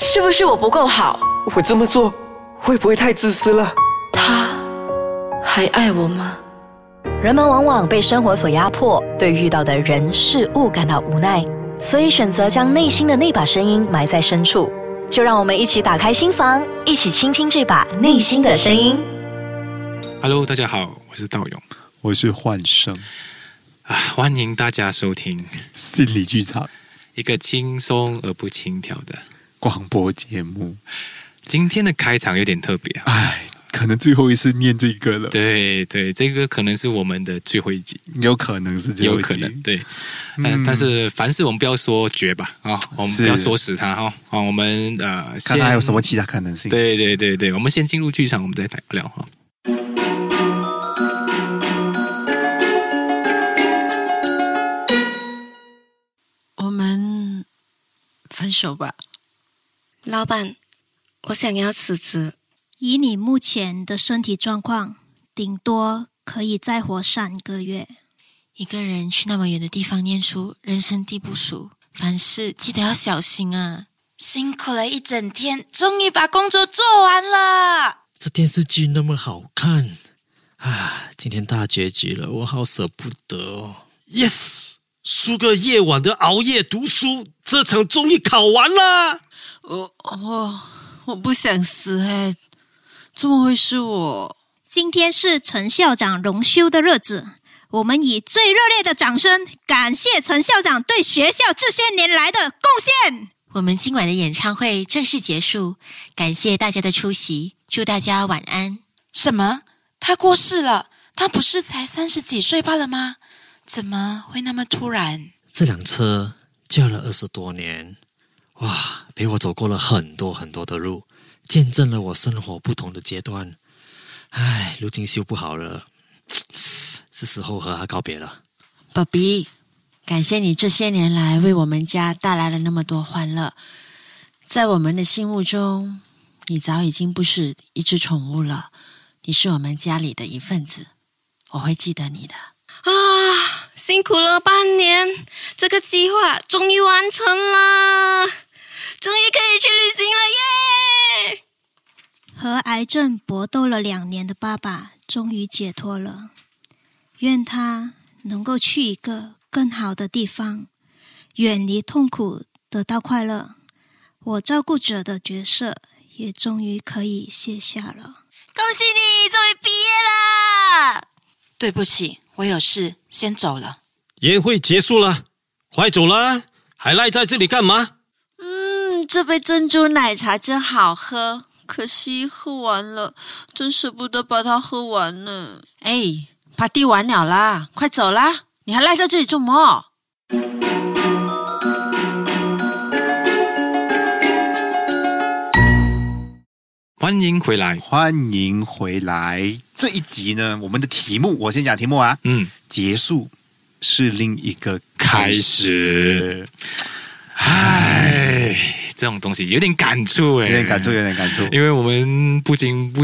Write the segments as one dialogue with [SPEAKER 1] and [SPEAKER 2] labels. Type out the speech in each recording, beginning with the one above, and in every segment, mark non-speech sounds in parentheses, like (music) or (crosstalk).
[SPEAKER 1] 是不是我不够好？
[SPEAKER 2] 我这么做会不会太自私了？
[SPEAKER 1] 他还爱我吗？
[SPEAKER 3] 人们往往被生活所压迫，对遇到的人事物感到无奈，所以选择将内心的那把声音埋在深处。就让我们一起打开心房，一起倾听这把内心的声音。
[SPEAKER 4] Hello，大家好，我是道勇
[SPEAKER 5] 我是幻生，
[SPEAKER 4] 啊，欢迎大家收听
[SPEAKER 5] 心理剧场
[SPEAKER 4] 一个轻松而不轻佻的。
[SPEAKER 5] 广播节目。
[SPEAKER 4] 今天的开场有点特别啊，
[SPEAKER 5] 哎，可能最后一次念这个了，
[SPEAKER 4] 对对，这个可能是我们的最后一集，
[SPEAKER 5] 有可能是最后
[SPEAKER 4] 有
[SPEAKER 5] 一集
[SPEAKER 4] 可能对，嗯、但是凡事我们不要说绝吧，啊、我们不
[SPEAKER 5] 是
[SPEAKER 4] 要说死它哈，啊、我们呃，
[SPEAKER 5] 看看还有什
[SPEAKER 4] 么？
[SPEAKER 5] 么其他可能性。
[SPEAKER 4] 对对对对，我们先进入剧场，我们再聊哦哈。
[SPEAKER 6] 我们分手吧。
[SPEAKER 7] 老板，我想要辞职。
[SPEAKER 8] 以你目前的身体状况，顶多可以再活三个月。
[SPEAKER 9] 一个人去那么远的地方念书，人生地不熟，凡事记得要小心啊！
[SPEAKER 10] 辛苦了一整天，终于把工作做完了。
[SPEAKER 11] 这电视剧那么好看啊！今天大结局了，我好舍不得哦。
[SPEAKER 12] Yes，输个夜晚的熬夜读书，这场终于考完啦！
[SPEAKER 6] 我我我不想死哎、怎么会是我？
[SPEAKER 8] 今天是陈校长荣休的日子，我们以最热烈的掌声感谢陈校长对学校这些年来的贡献。
[SPEAKER 9] 我们今晚的演唱会正式结束，感谢大家的出席，祝大家晚安。
[SPEAKER 10] 什么？他过世了？他不是才三十几岁罢了吗？怎么会那么突然？
[SPEAKER 11] 这辆车驾了二十多年，哇，陪我走过了很多很多的路，见证了我生活不同的阶段。唉，如今修不好了，是时候和他告别了。
[SPEAKER 6] 爸比，
[SPEAKER 10] 感谢你这些年来为我们家带来了那么多欢乐，在我们的心目中，你早已经不是一只宠物了，你是我们家里的一份子，我会记得你的。
[SPEAKER 7] 啊，辛苦了半年，这个计划终于完成了，终于可以去旅行了耶！
[SPEAKER 8] 和癌症搏斗了两年的爸爸终于解脱了，愿他能够去一个更好的地方，远离痛苦，得到快乐。我照顾者的角色也终于可以卸下了。
[SPEAKER 10] 恭喜你终于毕业啦！对不起，我有事先走了。
[SPEAKER 12] 宴会结束了，快走啦，还赖在这里干嘛？
[SPEAKER 6] 嗯，这杯珍珠奶茶真好喝，可惜喝完了，真舍不得把它喝完呢。
[SPEAKER 10] 哎，party 完了啦，快走啦！你还赖在这里做么？
[SPEAKER 4] 欢迎回来，
[SPEAKER 5] 欢迎回来。这一集呢，我们的题目，我先讲题目啊。
[SPEAKER 4] 嗯，
[SPEAKER 5] 结束是另一个开
[SPEAKER 4] 开
[SPEAKER 5] 始，
[SPEAKER 4] 始，唉，这种东西有点感触哎，
[SPEAKER 5] 有点感触，有点感触。
[SPEAKER 4] (laughs) 因为我们不仅不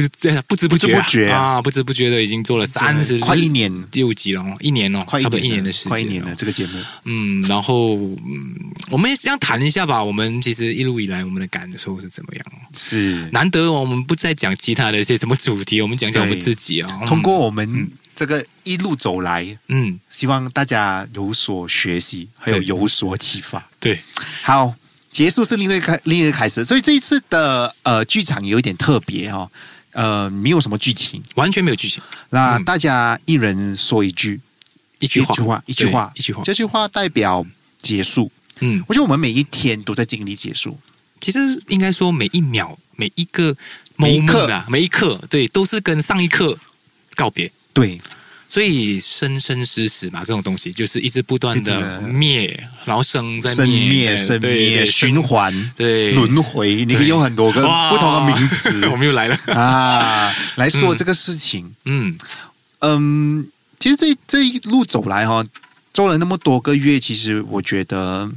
[SPEAKER 4] 不知不觉、啊、
[SPEAKER 5] 不知不觉啊
[SPEAKER 4] 啊，不知不觉的已经做了三十
[SPEAKER 5] 快一年，
[SPEAKER 4] 六集了哦，一年哦，
[SPEAKER 5] 快一
[SPEAKER 4] 差不
[SPEAKER 5] 年
[SPEAKER 4] 多一
[SPEAKER 5] 了，
[SPEAKER 4] 年的时间，
[SPEAKER 5] 快一年了。这个节目。
[SPEAKER 4] 嗯，然后嗯，我们也这样谈一下吧。我们其实一路以来我们的感受是怎么样哦？
[SPEAKER 5] 是
[SPEAKER 4] 难得哦我们不再讲其他的一些什么主题，我们讲讲我们
[SPEAKER 5] 对
[SPEAKER 4] 自己啊、
[SPEAKER 5] (laughs) 通过我们这个一路走来，
[SPEAKER 4] 嗯，
[SPEAKER 5] 希望大家有所学习，还有
[SPEAKER 4] 对
[SPEAKER 5] 有所启发。
[SPEAKER 4] 对，
[SPEAKER 5] 好，结束是另一个开另一个开始，所以这一次的呃剧场有一点特别哦，呃，没有什么剧情，
[SPEAKER 4] 完全没有剧情，
[SPEAKER 5] 那
[SPEAKER 4] 嗯
[SPEAKER 5] 大家一人说一句，
[SPEAKER 4] 一句话，
[SPEAKER 5] 一句话，
[SPEAKER 4] 对
[SPEAKER 5] 一句话，
[SPEAKER 4] 一句话。
[SPEAKER 5] 这句话代表结束。
[SPEAKER 4] 嗯，
[SPEAKER 5] 我觉得我们每一天都在经历结束，
[SPEAKER 4] 其实应该说每一秒、每一个
[SPEAKER 5] 每一
[SPEAKER 4] moment
[SPEAKER 5] 刻
[SPEAKER 4] 啊，每一刻，对，都是跟上一刻告别。
[SPEAKER 5] 对，
[SPEAKER 4] 所以生生死死嘛，这种东西就是一直不断
[SPEAKER 5] 一直
[SPEAKER 4] 的
[SPEAKER 5] 的
[SPEAKER 4] 灭，然后生再
[SPEAKER 5] 生灭、
[SPEAKER 4] 灭、
[SPEAKER 5] 生
[SPEAKER 4] 对
[SPEAKER 5] 灭、
[SPEAKER 4] 对
[SPEAKER 5] 循环、
[SPEAKER 4] 对
[SPEAKER 5] 轮回，你可以用很多个
[SPEAKER 4] 哇
[SPEAKER 5] 不同的名词
[SPEAKER 4] (laughs) 我们又来
[SPEAKER 5] (laughs)
[SPEAKER 4] 了。
[SPEAKER 5] 啊来说
[SPEAKER 4] 嗯
[SPEAKER 5] 这个事情。
[SPEAKER 4] 嗯，
[SPEAKER 5] 嗯，其实这这一路走来哈、哦，做了那么多个月，其实我觉得嗯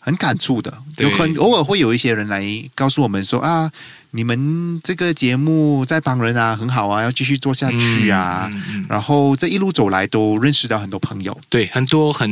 [SPEAKER 5] 很感触的。
[SPEAKER 4] 对
[SPEAKER 5] 有很偶尔会有一些人来告诉我们说啊，你们这个节目在帮人啊，很好啊，要继续做下
[SPEAKER 4] 嗯
[SPEAKER 5] 去啊。然后这一路走来都认识到很多朋友
[SPEAKER 4] 对，很多很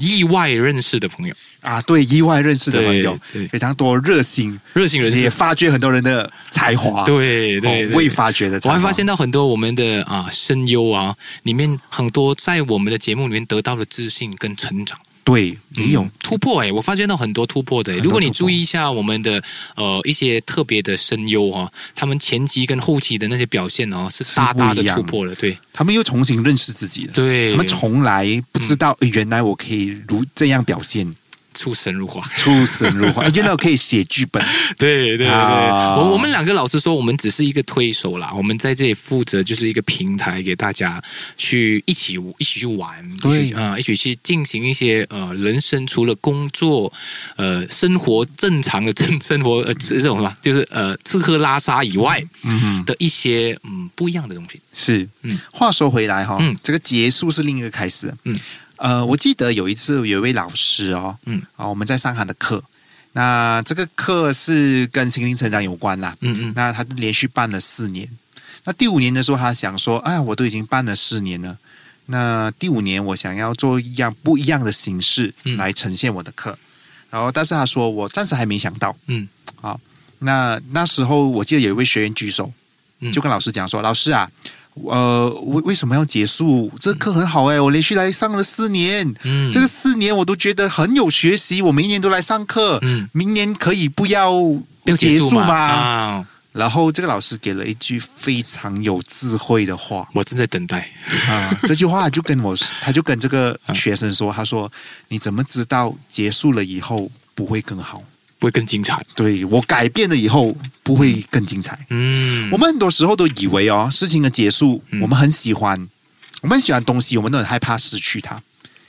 [SPEAKER 4] 意外认识的朋友，
[SPEAKER 5] 啊，对，意外认识的朋友
[SPEAKER 4] 对对，
[SPEAKER 5] 非常多热心，
[SPEAKER 4] 热心人士
[SPEAKER 5] 也发掘很多人的才华，
[SPEAKER 4] 对对
[SPEAKER 5] 哦
[SPEAKER 4] 对
[SPEAKER 5] 未发掘的才
[SPEAKER 4] 我
[SPEAKER 5] 华。
[SPEAKER 4] 还发现到很多我们的啊声优啊，里面很多在我们的节目里面得到的自信跟成长。
[SPEAKER 5] 对，也有、
[SPEAKER 4] 嗯突破哎、我发现到很多突破的、诶欸
[SPEAKER 5] 很多
[SPEAKER 4] 如果你
[SPEAKER 5] 突破
[SPEAKER 4] 注意一下我们的呃一些特别的声优哈，他们前期跟后期的那些表现哦，是大大的
[SPEAKER 5] 是不一样
[SPEAKER 4] 突破了。对
[SPEAKER 5] 他们又重新认识自己了。
[SPEAKER 4] 对，
[SPEAKER 5] 他们从来不知道，诶原来我可以如这样表现，
[SPEAKER 4] 出神入化。
[SPEAKER 5] 出神入 (laughs) 化。诶原来我可以写剧本，
[SPEAKER 4] 对对对，
[SPEAKER 5] 啊
[SPEAKER 4] 我我们两个老师说，我们只是一个推手啦，我们在这里负责就是一个平台，给大家去一起一起去玩，
[SPEAKER 5] 对
[SPEAKER 4] 一起啊、一起去进行一些呃人生除了工作呃生活正常的正生活呃这种吧，就是呃吃喝拉撒以外
[SPEAKER 5] 嗯哼，
[SPEAKER 4] 的一些嗯不一样的东西。
[SPEAKER 5] 是。
[SPEAKER 4] 嗯
[SPEAKER 5] 话说回来哈、
[SPEAKER 4] 嗯
[SPEAKER 5] 这个结束是另一个开始。
[SPEAKER 4] 嗯，
[SPEAKER 5] 呃，我记得有一次有一位老师哦，
[SPEAKER 4] 嗯
[SPEAKER 5] 啊，我们在上他的课，那这个课是跟心灵成长有关啦。
[SPEAKER 4] 嗯嗯
[SPEAKER 5] 那他连续办了四年，那第五年的时候，他想说，啊，我都已经办了四年了，那第五年我想要做一样不一样的形式
[SPEAKER 4] 嗯
[SPEAKER 5] 来呈现我的课，然后但是他说我暂时还没想到，
[SPEAKER 4] 嗯，
[SPEAKER 5] 好，那那时候我记得有一位学员举手
[SPEAKER 4] 嗯，
[SPEAKER 5] 就跟老师讲说，老师啊。呃，为为什么要结束？这课很好哎、我连续来上了四年，
[SPEAKER 4] 嗯
[SPEAKER 5] 这个四年我都觉得很有学习，我每一年都来上课，
[SPEAKER 4] 嗯
[SPEAKER 5] 明年可以不要
[SPEAKER 4] 要结
[SPEAKER 5] 束
[SPEAKER 4] 嘛
[SPEAKER 5] 吗？
[SPEAKER 4] 啊，
[SPEAKER 5] 然后这个老师给了一句非常有智慧的话
[SPEAKER 4] 我正在等待。
[SPEAKER 5] 啊，这句话就跟我，他就跟这个学生说，他说：“你怎么知道结束了以后不会更好？
[SPEAKER 4] 不会更精彩，
[SPEAKER 5] 对我改变了以后不会更精彩。
[SPEAKER 4] 嗯，
[SPEAKER 5] 我们很多时候都以为哦，事情的结束，我们很喜欢，我们很喜欢东西，我们都很害怕失去它。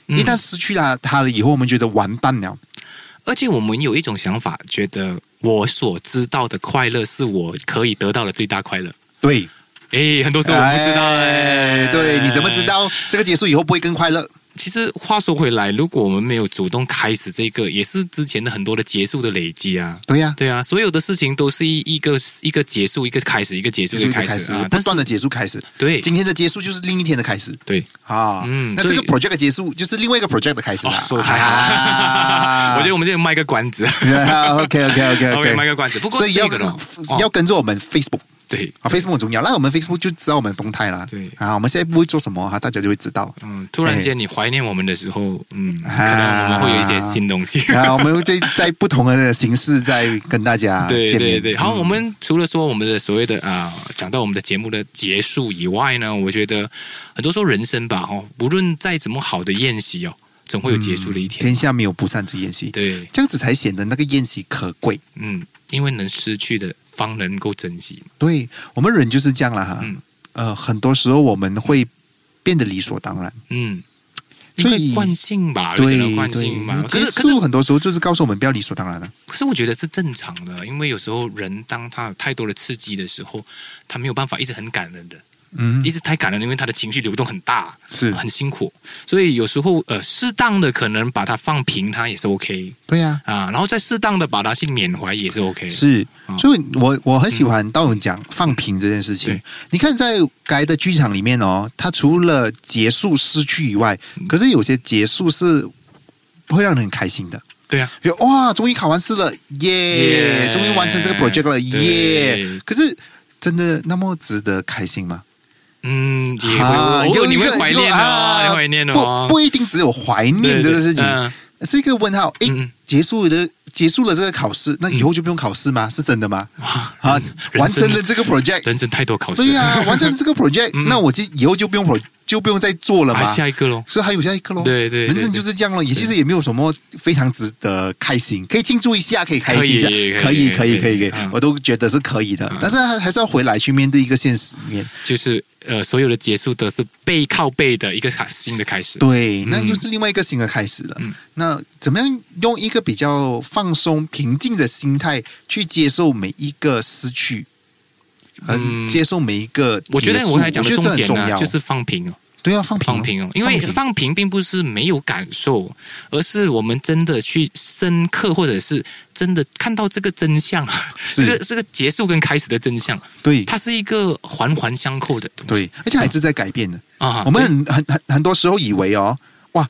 [SPEAKER 4] 嗯
[SPEAKER 5] 一旦失去了它了以后，我们觉得完蛋了。
[SPEAKER 4] 而且我们有一种想法，觉得我所知道的快乐是我可以得到的最大快乐。
[SPEAKER 5] 对，
[SPEAKER 4] 哎，很多时候我们不知道哎，
[SPEAKER 5] 对，你怎么知？道这个结束以后不会更快乐？
[SPEAKER 4] 其实话说回来，如果我们没有主动开始这个，也是之前的很多的结束的累积啊。
[SPEAKER 5] 对呀、
[SPEAKER 4] 对啊，所有的事情都是一一个一个结束，一个开始，一个结束，
[SPEAKER 5] 就
[SPEAKER 4] 一个
[SPEAKER 5] 是一个
[SPEAKER 4] 开
[SPEAKER 5] 开
[SPEAKER 4] 始
[SPEAKER 5] 始
[SPEAKER 4] 啊。，
[SPEAKER 5] 不
[SPEAKER 4] 但是
[SPEAKER 5] 断的结束开始。
[SPEAKER 4] 对
[SPEAKER 5] 今天的结束就是另一天的开始
[SPEAKER 4] 对，
[SPEAKER 5] 啊。
[SPEAKER 4] 嗯
[SPEAKER 5] 那这个
[SPEAKER 4] 所以
[SPEAKER 5] project 的结束就是另外一个 project 的开始啊
[SPEAKER 4] 哦
[SPEAKER 5] 了。，
[SPEAKER 4] 说的太好了， (laughs) 我觉得
[SPEAKER 5] (laughs)
[SPEAKER 4] 我们这里卖个关子。
[SPEAKER 5] OK OK
[SPEAKER 4] (laughs)
[SPEAKER 5] OK
[SPEAKER 4] OK，卖个关子。不过
[SPEAKER 5] 所以要
[SPEAKER 4] 这个
[SPEAKER 5] 跟
[SPEAKER 4] 呢
[SPEAKER 5] 要
[SPEAKER 4] 哦
[SPEAKER 5] 跟着我们 Facebook
[SPEAKER 4] 对，
[SPEAKER 5] 啊，Facebook 很重要，那我们 Facebook 就知道我们的动态啦。
[SPEAKER 4] 对
[SPEAKER 5] 啊，我们现在不会做什么啊，大家就会知道。 (laughs)
[SPEAKER 4] 嗯，突
[SPEAKER 5] 哎
[SPEAKER 4] 然间你怀念我们的时候，嗯，可能我们会有一些新东西。
[SPEAKER 5] 啊，我们会在在不同的形式在跟大家
[SPEAKER 4] 对
[SPEAKER 5] 见
[SPEAKER 4] 对
[SPEAKER 5] 面。
[SPEAKER 4] 对，好，
[SPEAKER 5] 嗯
[SPEAKER 4] 我们除了说我们的所谓的啊、讲到我们的节目的结束以外呢，我觉得很多时候人生吧，哦，无论再怎么好的宴席哦，总会有结束的一天。
[SPEAKER 5] 天下没有不散之宴席，
[SPEAKER 4] 对，
[SPEAKER 5] 这样子才显得那个宴席可贵。
[SPEAKER 4] 嗯，因为能失去的方能够珍惜嘛。
[SPEAKER 5] 对我们人就是这样了哈。
[SPEAKER 4] 嗯
[SPEAKER 5] 呃，很多时候我们会变得理所当然。
[SPEAKER 4] 嗯，因
[SPEAKER 5] 所
[SPEAKER 4] 为
[SPEAKER 5] 以
[SPEAKER 4] 惯性吧，有
[SPEAKER 5] 对
[SPEAKER 4] 些啊人
[SPEAKER 5] 对，嗯
[SPEAKER 4] 的惯性嘛。可
[SPEAKER 5] 结
[SPEAKER 4] 是可是
[SPEAKER 5] 束很多时候就是告诉我们不要理所当然啊了。
[SPEAKER 4] 可是我觉得是正常的，因为有时候人当他有太多的刺激的时候，他没有办法一直很感人的，
[SPEAKER 5] 嗯
[SPEAKER 4] 一，直太感人，因为他的情绪流动很大，
[SPEAKER 5] 是
[SPEAKER 4] 很辛苦，所以有时候呃，适当的可能把它放平，它也是 OK
[SPEAKER 5] 对呀、
[SPEAKER 4] 啊，然后再适当的把它去缅怀也是 OK。
[SPEAKER 5] 是
[SPEAKER 4] 啊。
[SPEAKER 5] 所以我我很喜欢道勇讲放平这件事情
[SPEAKER 4] 嗯对。
[SPEAKER 5] 你看在该的剧场里面哦，它除了结束失去以外，
[SPEAKER 4] 嗯
[SPEAKER 5] 可是有些结束是会让人很开心的。
[SPEAKER 4] 对啊，
[SPEAKER 5] 就哇，终于考完试了，耶！
[SPEAKER 4] 耶
[SPEAKER 5] 终于完成这个 project 了，耶
[SPEAKER 4] 对！
[SPEAKER 5] 可是真的那么值得开心吗？
[SPEAKER 4] 嗯，也会、
[SPEAKER 5] 啊
[SPEAKER 4] 偶
[SPEAKER 5] 有
[SPEAKER 4] 尔你
[SPEAKER 5] 一
[SPEAKER 4] 会
[SPEAKER 5] 个
[SPEAKER 4] 怀
[SPEAKER 5] 有
[SPEAKER 4] 念哦，
[SPEAKER 5] 啊
[SPEAKER 4] 你会怀念哦，
[SPEAKER 5] 不不一定只有怀念
[SPEAKER 4] 对
[SPEAKER 5] 这个事情，
[SPEAKER 4] 对嗯
[SPEAKER 5] 是一个问号。诶，
[SPEAKER 4] 嗯嗯
[SPEAKER 5] 结束了，结束了这个考试，那以后就不用考试吗？是真的吗？啊，
[SPEAKER 4] 人
[SPEAKER 5] 完成
[SPEAKER 4] 生
[SPEAKER 5] 了这个 project，
[SPEAKER 4] 人生太多考试，
[SPEAKER 5] 对呀、
[SPEAKER 4] (laughs)
[SPEAKER 5] 完成了这个 project，
[SPEAKER 4] 嗯
[SPEAKER 5] 那我就以后就不用 pro 就不用再做了
[SPEAKER 4] 啊，
[SPEAKER 5] 嘛。
[SPEAKER 4] 下一个喽。
[SPEAKER 5] 所以还有下一个喽，
[SPEAKER 4] 对对对
[SPEAKER 5] 人生就是这样咯，也其实也没有什么非常值得开心，可以庆祝一下，可以开心一下
[SPEAKER 4] 可以，
[SPEAKER 5] 可以可
[SPEAKER 4] 可
[SPEAKER 5] 以
[SPEAKER 4] 以
[SPEAKER 5] 可以可
[SPEAKER 4] 可以
[SPEAKER 5] 以
[SPEAKER 4] 嗯，
[SPEAKER 5] 我都觉得是可以的，但是还是要回来去面对一个现实面。
[SPEAKER 4] 就是呃，所有的结束都是背靠背的一个新的开始。
[SPEAKER 5] 对，
[SPEAKER 4] 嗯
[SPEAKER 5] 那又是另外一个新的开始了。
[SPEAKER 4] 嗯
[SPEAKER 5] 那怎么样用一个比较放松、平静的心态去接受每一个失去，
[SPEAKER 4] 嗯
[SPEAKER 5] 嗯，接受每一个结束？
[SPEAKER 4] 我觉得我才讲的
[SPEAKER 5] 我觉得这
[SPEAKER 4] 重
[SPEAKER 5] 很
[SPEAKER 4] 点
[SPEAKER 5] 重
[SPEAKER 4] 呢、
[SPEAKER 5] 要，
[SPEAKER 4] 就是放平哦，
[SPEAKER 5] 对啊，放平、哦，
[SPEAKER 4] 放平哦，因为放平并不是没有感受，而是我们真的去深刻，或者是真的看到这个真相，啊这个这个结束跟开始的真相，
[SPEAKER 5] 对，
[SPEAKER 4] 它是一个环环相扣的东西，
[SPEAKER 5] 对，而且还是在改变的
[SPEAKER 4] 啊。
[SPEAKER 5] 我们很很很很多时候以为哦，哇，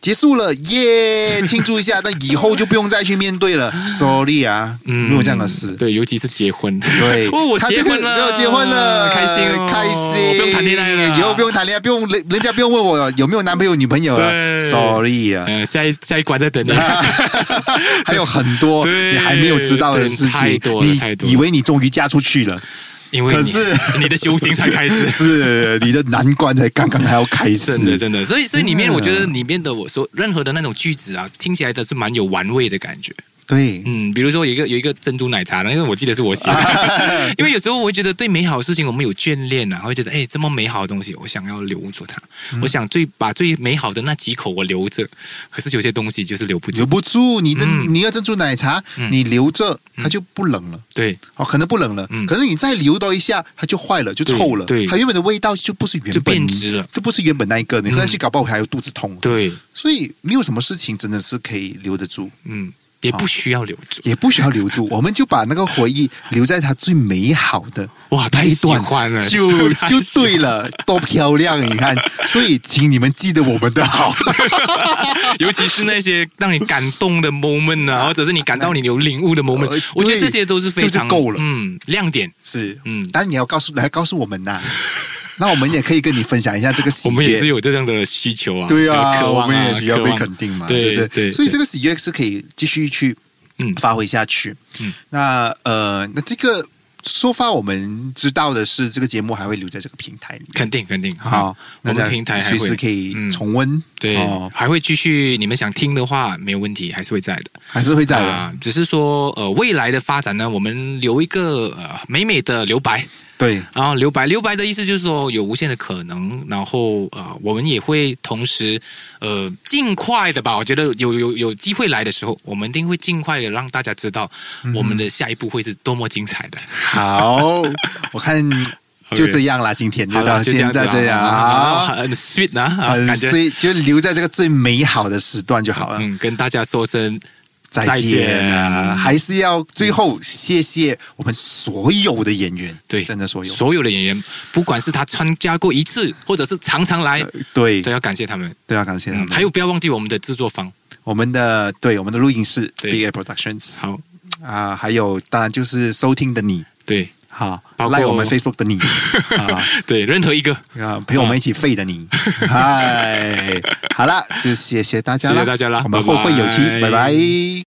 [SPEAKER 5] 结束了耶，庆祝
[SPEAKER 4] (laughs)
[SPEAKER 5] 一下，但以后就不用再去面对了。Sorry 啊，嗯，没有这样的事，
[SPEAKER 4] 对，尤其是结婚， (laughs)
[SPEAKER 5] 对，啊
[SPEAKER 4] 哦，我结婚了，
[SPEAKER 5] 结婚了，
[SPEAKER 4] 开心哦
[SPEAKER 5] 开心，
[SPEAKER 4] 不用谈恋爱了，
[SPEAKER 5] 以后不用谈恋爱，不用人人家不用问我有没有男朋友女朋友了。
[SPEAKER 4] (laughs)
[SPEAKER 5] Sorry 啊，
[SPEAKER 4] 嗯，下一下一关再等
[SPEAKER 5] (laughs)
[SPEAKER 4] 你，
[SPEAKER 5] 还有很多你还没有知道的事情，
[SPEAKER 4] 太多了，太多，
[SPEAKER 5] 以为你终于嫁出去了。
[SPEAKER 4] 因为
[SPEAKER 5] 可是
[SPEAKER 4] (laughs) 你的修行才开始，
[SPEAKER 5] (laughs) 是你的难关才刚刚还要开始，
[SPEAKER 4] 真的真的。所以所以里
[SPEAKER 5] 嗯
[SPEAKER 4] 面我觉得里面的我说任何的那种句子啊，听起来的是蛮有玩味的感觉。
[SPEAKER 5] 对，
[SPEAKER 4] 嗯，比如说有一个有一个珍珠奶茶，因为我记得是我写
[SPEAKER 5] (laughs)
[SPEAKER 4] 的，因为有时候我会觉得对美好的事情我们有眷恋啊，会觉得哎这么美好的东西，我想要留住它，嗯、我想最把最美好的那几口我留着，可是有些东西就是留不住，
[SPEAKER 5] 留不住你的、嗯、你要珍珠奶茶，嗯、你留着它就不冷了，
[SPEAKER 4] 对，
[SPEAKER 5] 哦可能不冷了，可是你再留到一下它就坏了，就臭了，
[SPEAKER 4] 嗯对，对
[SPEAKER 5] 它原本的味道就不是原本，就
[SPEAKER 4] 变质了，嗯
[SPEAKER 5] 就不是原本那一个，你喝下去搞不好还有肚子痛，
[SPEAKER 4] 对，
[SPEAKER 5] 所以没有什么事情真的是可以留得住，
[SPEAKER 4] 嗯。也不需要留住，
[SPEAKER 5] 也不需要留住，我们就把那个回忆留在它最美好的
[SPEAKER 4] 哇，
[SPEAKER 5] 哦那
[SPEAKER 4] 一
[SPEAKER 5] 段
[SPEAKER 4] 了，
[SPEAKER 5] 就就对了，多漂亮！你看，所以请你们记得我们的
[SPEAKER 4] (laughs)
[SPEAKER 5] 好，
[SPEAKER 4] (laughs) 尤其是那些让你感动的 moment
[SPEAKER 5] (laughs)
[SPEAKER 4] 啊，或者是你感到你有领悟的 moment，我
[SPEAKER 5] 呃
[SPEAKER 4] 觉得这些都是非常
[SPEAKER 5] 够了，
[SPEAKER 4] 嗯，亮点
[SPEAKER 5] 是，嗯，但是你要告诉来告诉我们呐。那我们也可以跟你分享一下这个喜
[SPEAKER 4] 悦，我们也是有这样的需求啊，
[SPEAKER 5] 对
[SPEAKER 4] 啊，渴望
[SPEAKER 5] 啊我们也需要被肯定嘛，
[SPEAKER 4] 对
[SPEAKER 5] 是不
[SPEAKER 4] 是？
[SPEAKER 5] 所以这个喜悦是可以继续去嗯发挥下去。嗯，那呃，那这个说法我们知道的是，这个节目还会留在这个平台里，
[SPEAKER 4] 肯定肯定
[SPEAKER 5] 好，
[SPEAKER 4] 嗯我们平台嗯
[SPEAKER 5] 随时可以重温，哦
[SPEAKER 4] 对，哦还会继续。你们想听的话，没有问题，还是会在的，
[SPEAKER 5] 还是会在
[SPEAKER 4] 的。只是说呃，未来的发展呢，我们留一个呃美美的留白。
[SPEAKER 5] 对，
[SPEAKER 4] 然后留白，留白的意思就是说有无限的可能，然后呃，我们也会同时呃尽快的吧，我觉得有有有机会来的时候，我们一定会尽快的让大家知道我们的下一步会是多么精彩的。
[SPEAKER 5] 好， (laughs) 我看。就这样啦，今天就到现在这样啊，
[SPEAKER 4] 很 sweet 啊，
[SPEAKER 5] 很 sweet，就留在这个最美好的时段就好了。
[SPEAKER 4] 嗯，跟大家说声。
[SPEAKER 5] 再见啊！还是要最后谢谢我们所有的演员，
[SPEAKER 4] 对，
[SPEAKER 5] 真的所有
[SPEAKER 4] 所有的演员，不管是他参加过一次，或者是常常来，
[SPEAKER 5] 对，
[SPEAKER 4] 都要感谢他们，
[SPEAKER 5] 都要感谢他们。
[SPEAKER 4] 嗯还有不要忘记我们的制作方，
[SPEAKER 5] 我们的对我们的录音室 Big A Productions，
[SPEAKER 4] 好
[SPEAKER 5] 啊，还有当然就是收听的你，
[SPEAKER 4] 对，
[SPEAKER 5] 好，包括我们 Facebook
[SPEAKER 4] (laughs)
[SPEAKER 5] 的你，
[SPEAKER 4] 对，任何一个
[SPEAKER 5] 啊陪我们一起废的你，嗨，好了，就谢谢大家，
[SPEAKER 4] 嗯谢谢大家啦，
[SPEAKER 5] 我们后会有期，拜拜。